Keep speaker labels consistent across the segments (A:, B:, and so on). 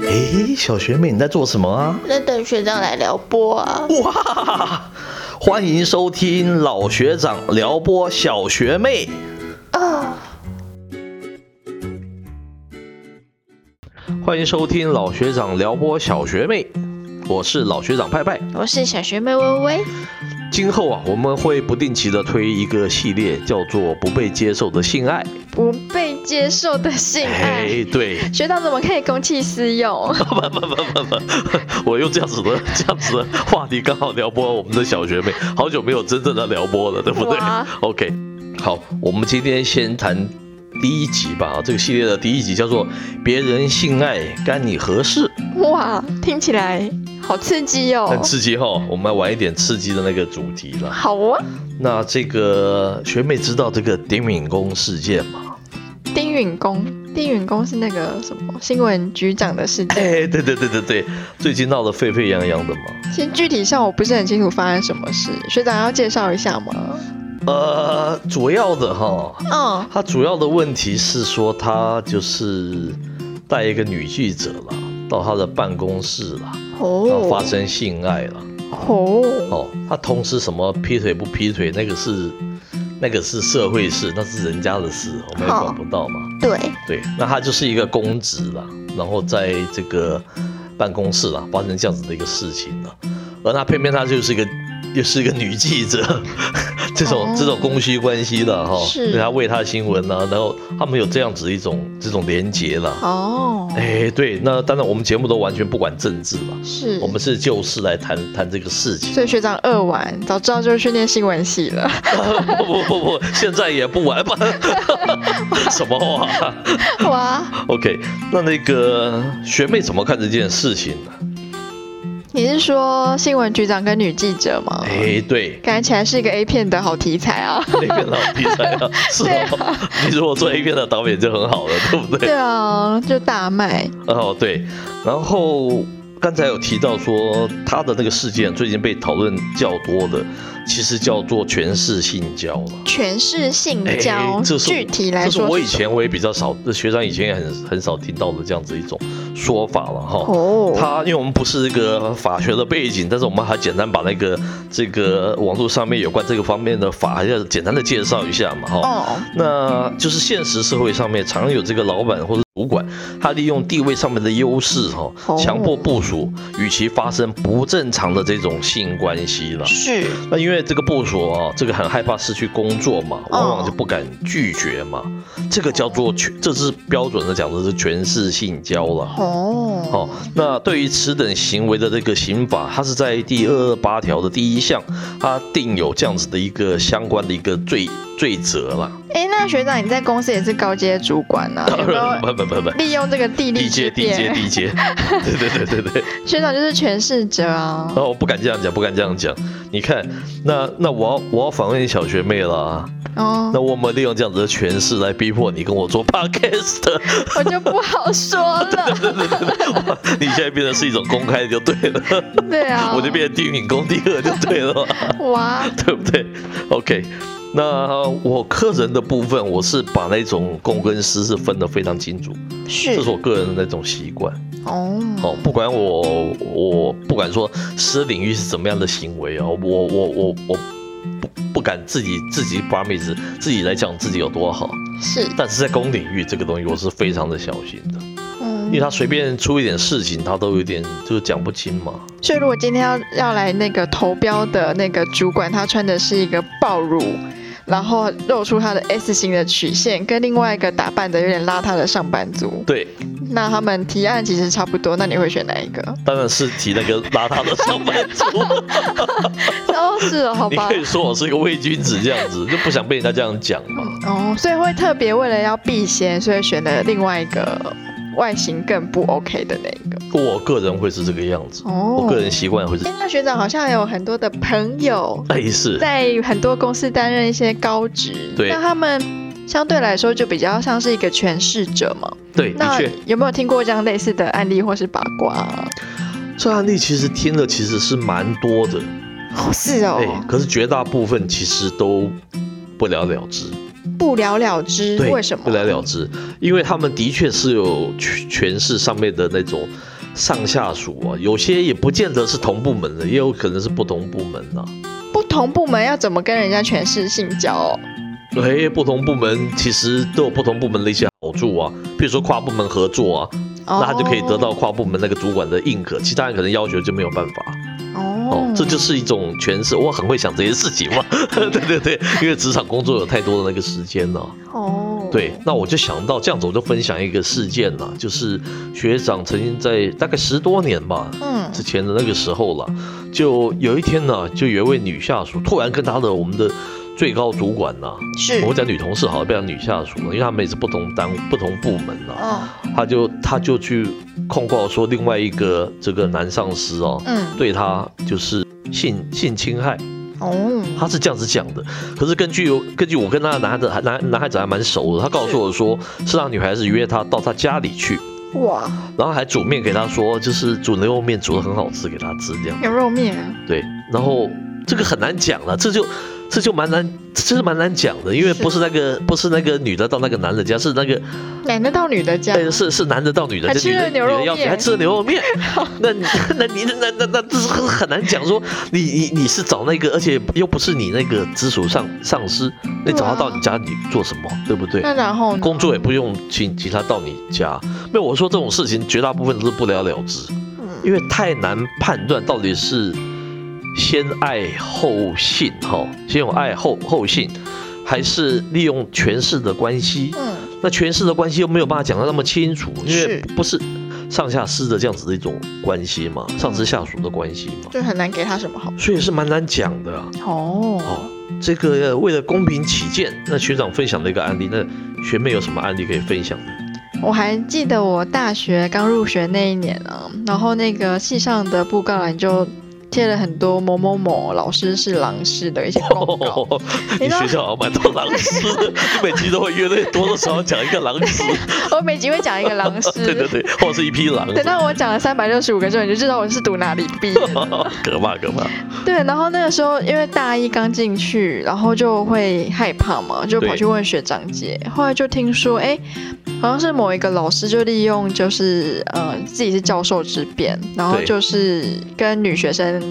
A: 诶，小学妹你在做什么啊？
B: 我在等学长来撩拨啊。
A: 哇， 欢迎收听老学长撩拨小学妹。
B: 啊，
A: 欢迎收听老学长撩拨小学妹，我是老学长派派。
B: 我是小学妹微微。
A: 今后啊，我们会不定期的推一个系列，叫做“不被接受的性爱
B: 不被接受的”。性爱，
A: 哎，对，
B: 学长怎么可以公器 私用？
A: 不不不不不，我用这样子的这样子的话题刚好撩拨我们的小学妹，好久没有真正的撩拨了，对不对
B: 哇
A: ？OK，好，我们今天先谈第一集吧，这个系列的第一集叫做“别人性爱干你何事
B: 哇，听起来好刺激”，
A: 很
B: 哦。
A: 刺激哈、我们来玩一点刺激的那个主题啦。
B: 好啊，
A: 那这个学妹知道这个丁允恭事件吗？
B: 丁允恭，丁允恭是那个什么新闻局长的事件。
A: 哎，对对对对对，最近闹得沸沸扬扬的嘛。
B: 其实具体上我不是很清楚发生什么事，学长要介绍一下吗？
A: 呃，主要的哈，
B: 嗯，
A: 他主要的问题是说，他就是带一个女记者啦，到他的办公室啦，然后
B: 哦，
A: 发生性爱啦。
B: 哦，
A: 哦，他同时什么劈腿不劈腿，那个是那个是社会事，那是人家的事，我们也管不到嘛。
B: 对，
A: 对，那他就是一个公职啦，然后在这个办公室啦发生这样子的一个事情了，而他偏偏他就是一个又是一个女记者， 这种、
B: 哦
A: 这种供需关系的哈，
B: 是
A: 对他为他新闻啦、然后他们有这样子一种这种连结啦。
B: 哦，
A: 哎，对，那当然我们节目都完全不管政治了，
B: 是
A: 我们是就事来谈谈这个事 情。
B: 所以学长二完，早知道就去念新闻系了。
A: 不不不不，现在也不玩吧？ 什么话、
B: 哇，
A: OK，那那个学妹怎么看这件事情
B: 啊
A: 呢？
B: 你是说新闻局长跟女记者吗？
A: 哎，对，
B: 感觉起来是一个 A 片的好题材啊。
A: 那片老比赛啊， 是哦。你如果做 A 片的导演就很好了，对不对？
B: 对啊，就大卖。
A: 哦，对。然后刚才有提到说他的那个事件最近被讨论较多的，其实叫做权势性交了。
B: 全是性
A: 哎
B: 交，
A: 这是我
B: 嗯具体来
A: 这是
B: 说
A: 我以
B: 是什
A: 前我也比较少，学长以前也很很少听到的这样子一种说法了哈。
B: 么哦，
A: 他因为我们不是这个法学的背景，但是我们还简单把那个这个网络上面有关这个方面的法，还要简单的介绍一下嘛，哈、
B: 哦，
A: 那就是现实社会上面常有这个老板或者主管，他利用地位上面的优势哈、
B: 哦
A: 强迫部署与其发生不正常的这种性关系了。
B: 是
A: 那因为这个部署啊，这个很害怕失去工作嘛，
B: 哦
A: 往往就不敢拒绝嘛。这个叫做权，这是标准的讲的是权势性交了。
B: 哦，
A: 哦，那对于此等行为的这个刑法，它是在第二二八条的第一项，它定有这样子的一个相关的一个罪罪责啦。
B: 哎，那学长你在公司也是高阶主管呢、啊，有没有
A: 不 不不不，
B: 利用这个地利
A: 地
B: 之
A: 阶地阶
B: 便？
A: 地阶， 对对对对对。
B: 学长就是权势者啊。
A: 哦，我不敢这样讲，不敢这样讲。你看，那那我要我要访问小学妹了啊，那
B: 哦，
A: 我有没有利用这样子的权势来逼迫你跟我做 podcast？
B: 我就不好说了。
A: 对对对对，哇你现在变成是一种公开的就对了，
B: 对啊，
A: 我就变成地狱工第二就对了嘛。
B: 哇，
A: 对不对？OK，那我个人的部分，我是把那种公跟私是分得非常清楚，
B: 是
A: 这是我个人的那种习惯
B: 哦，
A: 哦。不管我我不管说私领域是怎么样的行为哦，我我我我不不敢自己自己把妹子自己来讲自己有多好，
B: 是，
A: 但是在公领域这个东西，我是非常的小心的，
B: 嗯
A: 因为他随便出一点事情，他都有点就是讲不清嘛。
B: 所以如果今天要要来那个投标的那个主管，他穿的是一个暴乳，然后露出他的 S 型的曲线，跟另外一个打扮的有点邋遢的上班族，
A: 对，
B: 那他们提案其实差不多，那你会选哪一个？
A: 当然是提那个邋遢的上班族。
B: 哦，是哦，好
A: 你
B: 吧
A: 可。以说我是一个伪君子这样子，就不想被人家这样讲嘛。
B: 哦，所以会特别为了要避嫌，所以选了另外一个外形更不 OK 的那一个。
A: 我个人会是这个样子，
B: 哦
A: 我个人习惯会是哎
B: 哎，那学长好像有很多的朋友
A: 类似。
B: 在很多公司担任一些高职，
A: 对
B: 那他们相对来说就比较像是一个权势者嘛。
A: 对，的
B: 那
A: 确，
B: 有没有听过这样类似的案例或是八卦啊？
A: 这案例其实听了其实是蛮多的，
B: 哦，是哦
A: 哎哎，，可是绝大部分其实都不了了之。
B: 不了了之，
A: 对，
B: 为什么？
A: 不了了之，因为他们的确是有权权势上面的那种上下属啊，有些也不见得是同部门的，也有可能是不同部门啊。
B: 不同部门要怎么跟人家权势性交、哦？
A: 哎，不同部门其实都有不同部门的一些好处啊，比如说跨部门合作啊，那
B: 哦
A: 他就可以得到跨部门那个主管的认可，其他人可能要求就没有办法。
B: 哦
A: 哦，，这就是一种诠释。我很会想这些事情嘛， 对对对，因为职场工作有太多的那个时间了、
B: 哦，
A: 对，那我就想到这样子，我就分享一个事件啦，就是学长曾经在大概十多年吧
B: 嗯，
A: 之前的那个时候了，就有一天呢，就有一位女下属突然跟她的我们的最高主管呐、
B: 是，
A: 我讲女同事好了，不讲女下属了，因为她们也是不同单不同部门呐、
B: 哦，
A: 她就她就去控告说另外一个这个男上司哦，
B: 嗯，
A: 对她就是性性侵害。
B: 哦，
A: 他是这样子讲的，可是根据有根据我跟那个男的男男孩子还蛮熟的，他告诉我说是让女孩子约他到他家里去，
B: 哇，
A: 然后还煮面给他说，就是煮牛肉面煮的很好吃给他吃这样。
B: 牛肉面啊，
A: 对，然后这个很难讲了，这就这就蛮难，这是蛮难讲的，因为
B: 是
A: 不是那个不是那个女的到那个男的家，是那个
B: 奶奶到女的家，
A: 哎是是男的到女的
B: 还
A: 家，
B: 吃
A: 女的
B: 了牛
A: 女
B: 肉
A: 的要
B: 面
A: 还吃了牛肉 面，那你那你那那那这是很难讲说你你你是找那个，而且又不是你那个直属上上司，你找他到你家里做什么，对不对？
B: 啊那然后呢
A: 工作也不用请请他到你家，没有我说这种事情绝大部分都是不了了之，
B: 嗯
A: 因为太难判断到底是先爱后性哈，先有爱后后性，还是利用权势的关系。
B: 嗯，
A: 那权势的关系又没有办法讲得那么清楚，因为
B: 是
A: 不是上下司的这样子的一种关系嘛，上司下属的关系嘛，
B: 就很难给他什么好。
A: 所以是蛮难讲的、啊。
B: 哦，
A: 哦，这个呃为了公平起见，那学长分享的一个案例，那学妹有什么案例可以分享的？
B: 我还记得我大学刚入学那一年啊，然后那个系上的布告栏就贴了很多某某某老师是狼师的一些公告。
A: 哦
B: 你
A: 你
B: 知道
A: 学校好像蛮多狼师的， 你每期都会约那多多少少讲一个狼师，
B: 我每集会讲一个狼师，
A: 对对对，或者是一批狼，
B: 等到我讲了三百六十五个之后，你就知道我是读哪里毕业的。
A: 可怕可怕，
B: 对，然后那个时候因为大一刚进去，然后就会害怕嘛，就跑
A: 对
B: 去问学长姐。后来就听说，哎，好像是某一个老师就利用就是呃自己是教授之便，然后
A: 对
B: 就是跟女学生，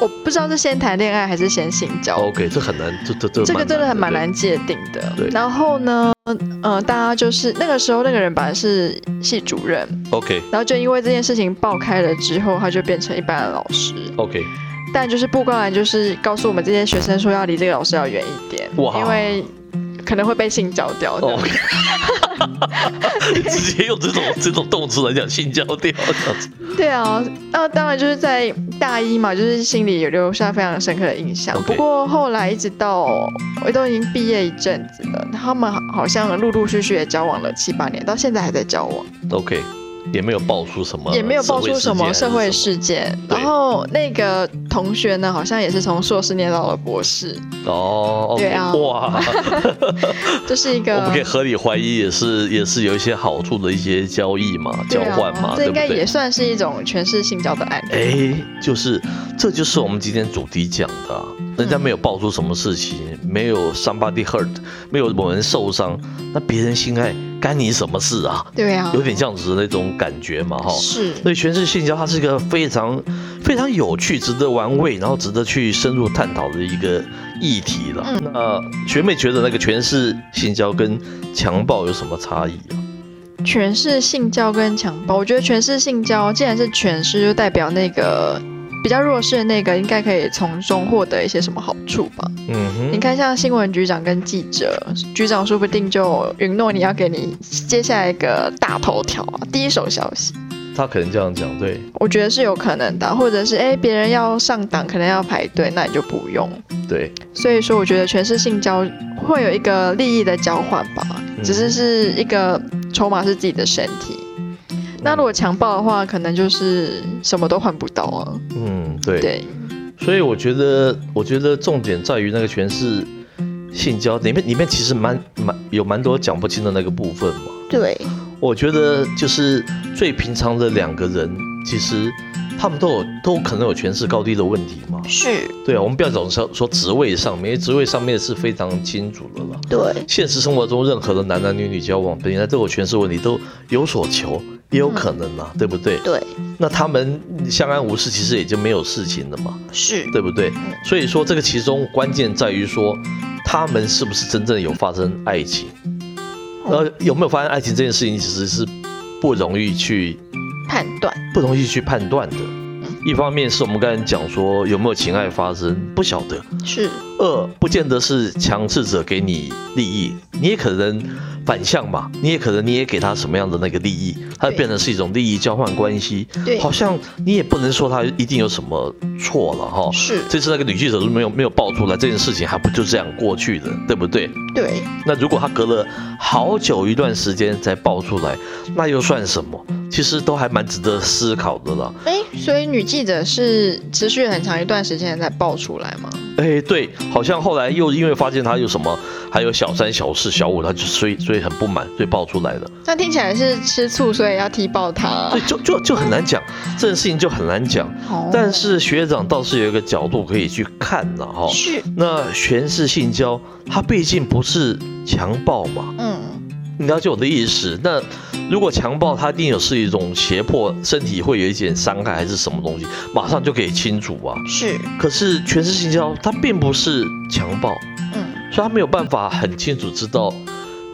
B: 我不知道是先谈恋爱还是先性交。
A: OK，这很难，这这哦这
B: 这个真的很蛮
A: 对
B: 难界定的
A: 对。
B: 然后呢，呃，大家就是那个时候那个人本来是系主任，
A: OK
B: 然后就因为这件事情爆开了之后，他就变成一般的老师。
A: OK，
B: 但就是布告栏就是告诉我们这些学生说要离这个老师要远一点，
A: 哇
B: 因为可能会被性交掉的。
A: 哦，直接用这种这种动词来讲性交调，这样子
B: 对啊，那当然就是在大一嘛，就是心里有留下非常深刻的印象。
A: OK
B: 不过后来一直到我都已经毕业一阵子了，他们好像陆陆续续也交往了七八年，到现在还在交往，
A: OK，也没有爆出什么，
B: 也没有爆出什么社会
A: 事
B: 事件。
A: 对
B: 然后那个同学呢，好像也是从硕士念到了博士，
A: 件哦。
B: 对啊
A: OK，哇，
B: 这、是一
A: 我
B: 个
A: 们可以合理怀疑，也是也是有一些好处的一些交易嘛，
B: 对
A: 交
B: 啊
A: 换嘛，
B: 这
A: 对
B: 应
A: 不
B: 该也
A: 对？
B: 算是一种权势性交的案例。
A: 哎，就是，这就是我们今天主题讲的啊、
B: 嗯
A: 人家没有爆出什么事情，没有 somebody hurt，没有某人受伤，那别人性爱干你什么事啊？
B: 对啊，
A: 有点这样子的那种感觉嘛，哈。
B: 是，
A: 所以全是性交，它是一个非常非常有趣、值得玩味，然后值得去深入探讨的一个议题了。
B: 嗯
A: 那学妹觉得那个全是性交跟强暴有什么差异啊？
B: 权势性交跟强暴，我觉得权势性交既然是权势，就代表那个比较弱势的那个应该可以从中获得一些什么好处吧？
A: 嗯
B: 你
A: 哼，
B: 看，像新闻局长跟记者，局长说不定就允诺你要给你接下来一个大头条啊，第一手消息。
A: 她可能这样讲，对，
B: 我觉得是有可能的，啊或者是诶别人要上档可能要排队，那你就不用。
A: 对，
B: 所以说，我觉得权势性交会有一个利益的交换吧，
A: 嗯
B: 只是是一个筹码是自己的身体。
A: 嗯
B: 那如果强暴的话，可能就是什么都换不到啊。
A: 嗯，对。
B: 对，
A: 所以我觉得，我觉得重点在于那个全是性交里面，里面其实蛮蛮有蛮多讲不清的那个部分嘛。
B: 对，
A: 我觉得就是最平常的两个人，其实他们都有都可能有权势高低的问题嘛。
C: 是，
A: 对啊，我们不要总是说职位上面，因为职位上面是非常清楚的了。
C: 对，
A: 现实生活中，任何的男男女女交往，本来都有权势问题，都有所求，也有可能啊，对不对？
C: 对，
A: 那他们相安无事，其实也就没有事情了嘛，
C: 是，
A: 对不对？所以说，这个其中关键在于说，他们是不是真正有发生爱情？
C: 哦
A: 呃，有没有发生爱情这件事情，其实是不容易去
B: 判断
A: 不容易去判断的。一方面是我们刚才讲说有没有情爱发生，不晓得；
C: 是，
A: 二不见得是强制者给你利益，你也可能反向嘛，你也可能你也给他什么样的那个利益，它
C: 对
A: 变成是一种利益交换关系。
C: 对，
A: 好像你也不能说他一定有什么错了哈。
C: 是，
A: 这次那个女记者都没有没有爆出来这件事情，还不就这样过去的，对不对？
C: 对，
A: 那如果他隔了好久一段时间才爆出来，那又算什么？其实都还蛮值得思考的啦。
B: 哎，所以女记者是持续很长一段时间才爆出来吗？
A: 哎，对，好像后来又因为发现他有什么，还有小三、小四、小五，他就所以所以很不满，所以爆出来了。
B: 那听起来是吃醋，所以要踢爆她
A: 对，。就就就很难讲，这件事情就很难讲。
B: 哦
A: 但是学长倒是有一个角度可以去看了哈、
C: 是，
A: 那权势性交，它毕竟不是强暴嘛，
C: 嗯，
A: 你了解我的意思？那如果强暴，它一定有是一种胁迫，身体会有一点伤害还是什么东西，马上就可以清楚啊。
C: 是，
A: 可是权势性交，它并不是强暴，
C: 嗯，
A: 所以他没有办法很清楚知道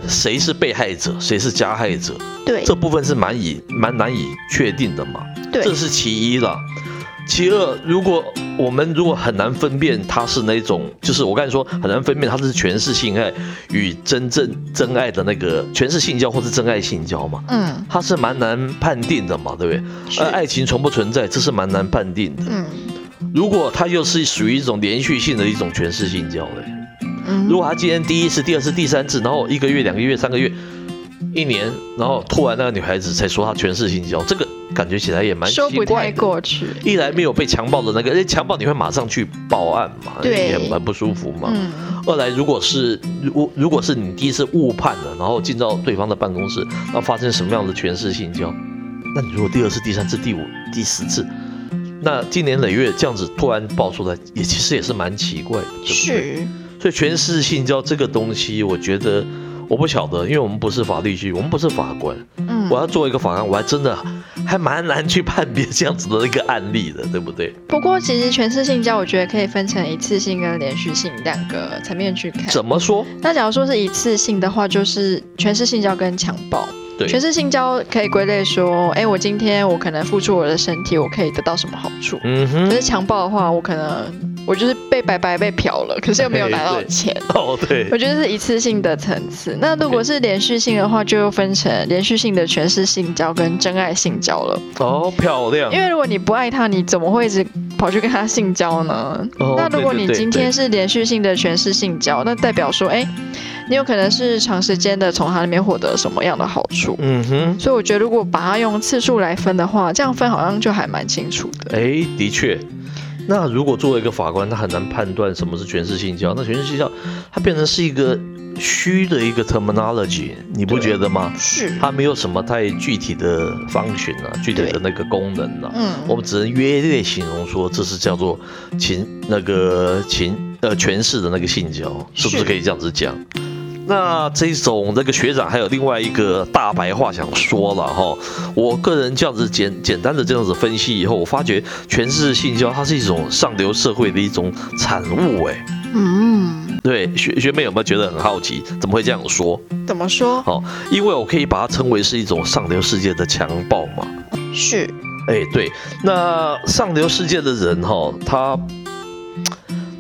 A: 谁是被害者，谁是加害者，
C: 对
A: 这，部分是蛮以蛮难以确定的嘛。
C: 对
A: 这，是其一啦。其二，如果我们如果很难分辨他是那种，就是我刚才说很难分辨他是权势性爱与真正真爱的那个权势性交或是真爱性交嘛，
B: 嗯
A: 他是蛮难判定的嘛，对不对？
C: 是
A: 而，爱情存不存在，这是蛮难判定的。
B: 嗯
A: 如果他又是属于一种连续性的一种权势性交嘞，
B: 嗯，
A: 如果他今天第一次、第二次、第三次，然后一个月、两个月、三个月、一年，然后突然那个女孩子才说她全是性交，这个感觉起来也蛮奇
B: 说不
A: 怪
B: 太
A: 的。
B: 过去。
A: 一来没有被强暴的那个，因为强暴你会马上去报案嘛，
C: 对
A: 也蛮不舒服嘛。
B: 嗯，
A: 二来，如果是如如果是你第一次误判了，然后进到对方的办公室，那发生什么样的权势性交？那你如果第二次、第三次、第五、第十次，那经年累月这样子突然爆出来，也其实也是蛮奇怪的，对不对？
C: 是，
A: 所以权势性交这个东西，我觉得我不晓得，因为我们不是法律系，我们不是法官。
B: 嗯
A: 我要做一个法官，我还真的还蛮难去判别这样子的一个案例的，对不对？
B: 不过其实全市性交，我觉得可以分成一次性跟连续性两个层面去看。
A: 怎么说？
B: 那假如说是一次性的话，就是全是性交跟强暴。
A: 对
B: 全是性交可以归类说，哎，我今天我可能付出我的身体，我可以得到什么好处？
A: 嗯
B: 可
A: 哼，
B: 是强暴的话，我可能我就是被白白被嫖了，可是又没有拿到
A: 对对
B: 钱。
A: 哦对
B: 我，觉得是一次性的层次。那如果是连续性的话，就又分成连续性的全是性交跟真爱性交了。
A: 哦漂亮
B: 因，为如果你不爱他，你怎么会一直跑去跟他性交呢？
A: 哦
B: 那如果
A: 对对
B: 你
A: 对
B: 今天是连续性的全是性交，那代表说，哎，你有可能是长时间的从他那边获得什么样的好处？
A: 嗯哼，
B: 所以我觉得，如果把它用次数来分的话，这样分好像就还蛮清楚的。
A: 哎，的确。那如果作为一个法官，他很难判断什么是权势性交，那权势性交它变成是一个虚的一个 terminology，你不觉得吗？
C: 是，
A: 它没有什么太具体的 function 啊，具体的
C: 对
A: 那个功能啊，
C: 嗯，
A: 我们只能约略形容说这是叫做情那个情呃权势的那个性交，是不是
C: 是
A: 可以这样子讲？那这种那个学长还有另外一个大白话想说了哈，我个人这样子简简单的这样子分析以后，我发觉权势性交它是一种上流社会的一种产物哎、
B: 嗯，
A: 对学学妹有没有觉得很好奇，怎么会这样说？
B: 怎么说？
A: 哦，因为我可以把它称为是一种上流世界的强暴嘛。
C: 是，
A: 哎，对，那上流世界的人哈、他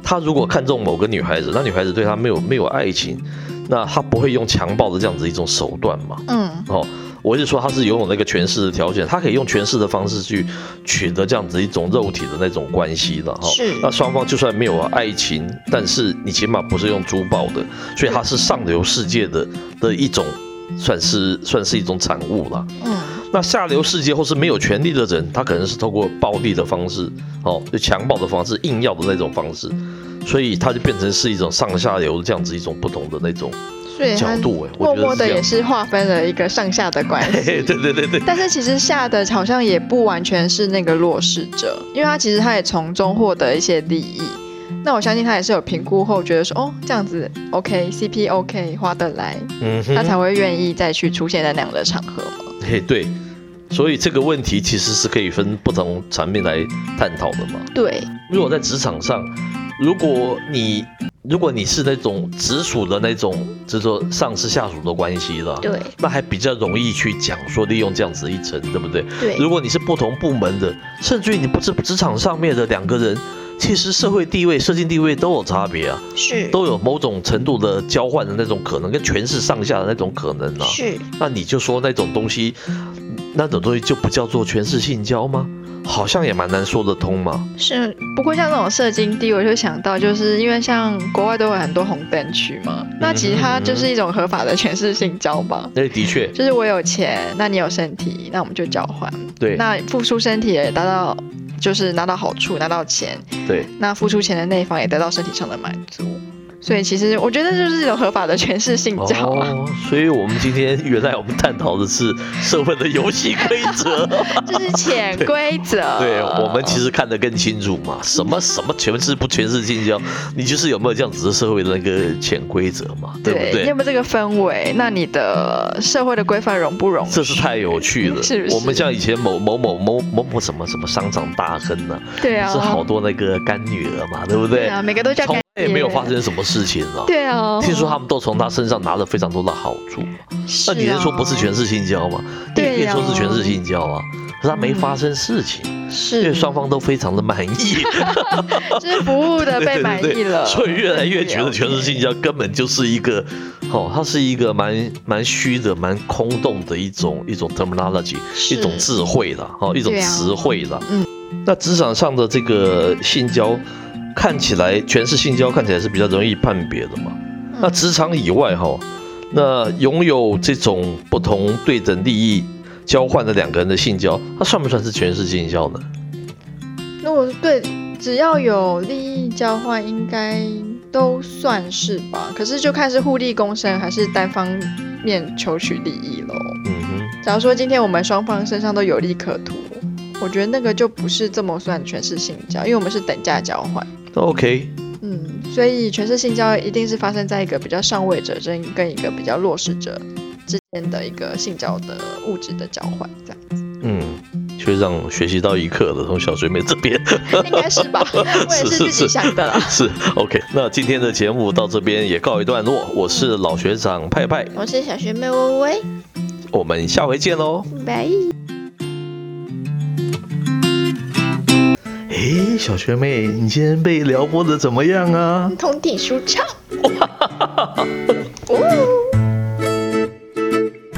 A: 他如果看中某个女孩子，那女孩子对他没有没有爱情，那他不会用强暴的这样子一种手段嘛？
B: 嗯，
A: 哦，我是说他是拥有那个权势的条件，他可以用权势的方式去取得这样子一种肉体的那种关系的哈。
C: 是
A: 那双方就算没有爱情，但是你起码不是用粗暴的，所以它是上流世界的的一种，算是算是一种产物啦。
C: 嗯，
A: 那下流世界或是没有权利的人，他可能是透过暴力的方式，哦，就强暴的方式、硬要的那种方式，所以他就变成是一种上下流这样子一种不同的那种
B: 所以
A: 角
B: 他
A: 度哎、
B: 默
A: 我觉得
B: 默的
A: 这
B: 也
A: 样。
B: 是划分了一个上下的关
A: 嘿
B: 系。
A: 嘿，对对对对，
B: 但是其实下的好像也不完全是那个弱势者，因为他其实他也从中获得一些利益。那我相信他也是有评估后觉得说，哦，这样子 OK，CP OK，划得来，
A: 嗯
B: 他
A: 哼，
B: 才会愿意再去出现在那样的场合嘛。
A: 嘿对，所以这个问题其实是可以分不同层面来探讨的嘛。
B: 对，
A: 如果在职场上，如果你如果你是那种直属的那种，就是说上司下属的关系了，
C: 对
A: 那还比较容易去讲说利用这样子一层，对不对？
C: 对
A: 如果你是不同部门的，甚至于你不是职场上面的两个人，其实社会地位、社经地位都有差别啊，
C: 是
A: 都有某种程度的交换的那种可能，跟权势上下的那种可能啊。
C: 是
A: 那你就说那种东西，那种东西就不叫做权势性交吗？好像也蛮难说得通嘛。
B: 是。不过像那种社经地，我就想到，就是因为像国外都有很多红灯区嘛，那其实
A: 嗯
B: 它就是一种合法的权势性交吧。
A: 那的确，
B: 就是我有钱，那你有身体，那我们就交换。
A: 对
B: 那付出身体也达到，就是拿到好处，拿到钱。
A: 对，
B: 那付出钱的那一方也得到身体上的满足。所以其实我觉得这就是一种合法的权势性交啊，
A: 哦，所以我们今天原来我们探讨的是社会的游戏规 则，
B: 就是潜规则。
A: 对我们其实看得更清楚嘛，什么什么全是不全是性交，你就是有没有这样子的社会的那个潜规则嘛，对不
B: 对，你有
A: 对？
B: 没有这个氛围？那你的社会的规范容不容许？
A: 这是太有趣了，
B: 是不是
A: 我们像以前某某某某某某什么什么商场大亨呢、
B: 对啊，
A: 是好多那个干女儿嘛，对不
B: 对
A: 对？
B: 啊，每个都叫
A: 从
B: 干
A: 来也没有
B: 爹
A: 发。生什么事情啊。
B: 对啊，
A: 听说他们都从他身上拿了非常多的好处，
B: 是
A: 那
B: 啊，
A: 你是说不是全是性交吗？你也可以
B: 对啊呀
A: 说是全是性交啊，可是他没发生事情，
B: 嗯
A: 因
B: 是啊
A: 为双方都非常的满 意，
B: 就是服务的被
A: 对对对
B: 满意了，啊
A: 所以越来越觉得全是性交根本就是一个，哦，它是一个蛮蛮虚的、蛮空洞的一种一种 terminology，
B: 是
A: 一种智慧啦，哦，一种
B: 对啊
A: 词汇啦。
B: 嗯，
A: 那职场上的这个性交，看起来全是性交，看起来是比较容易判别的
B: 嗯
A: 嘛。那职场以外哈、那拥有这种不同对等利益交换的两个人的性交，它算不算是全是性交呢？
B: 那我对只要有利益交换，应该都算是吧。可是就看是互利共生还是单方面求取利益喽。
A: 嗯哼，
B: 假如说今天我们双方身上都有利可图，我觉得那个就不是这么算全是性交，因为我们是等价交换。
A: 那 OK，
B: 嗯，所以全是性交一定是发生在一个比较上位者跟跟一个比较弱势者之间的一个性交的物质的交换，这样
A: 嗯，学长学习到一课了，从小学妹这边
B: 应该是吧？我也
A: 是
B: 是
A: 是
B: 自己
A: 是
B: 想的啦。
A: 是 OK。那今天的节目到这边也告一段落，我是老学长派派，
C: 我是小学妹微微，
A: 我们下回见喽。
C: 拜。
A: 诶，小学妹，你今天被撩拨的怎么样啊？
C: 通体舒畅。
B: 哦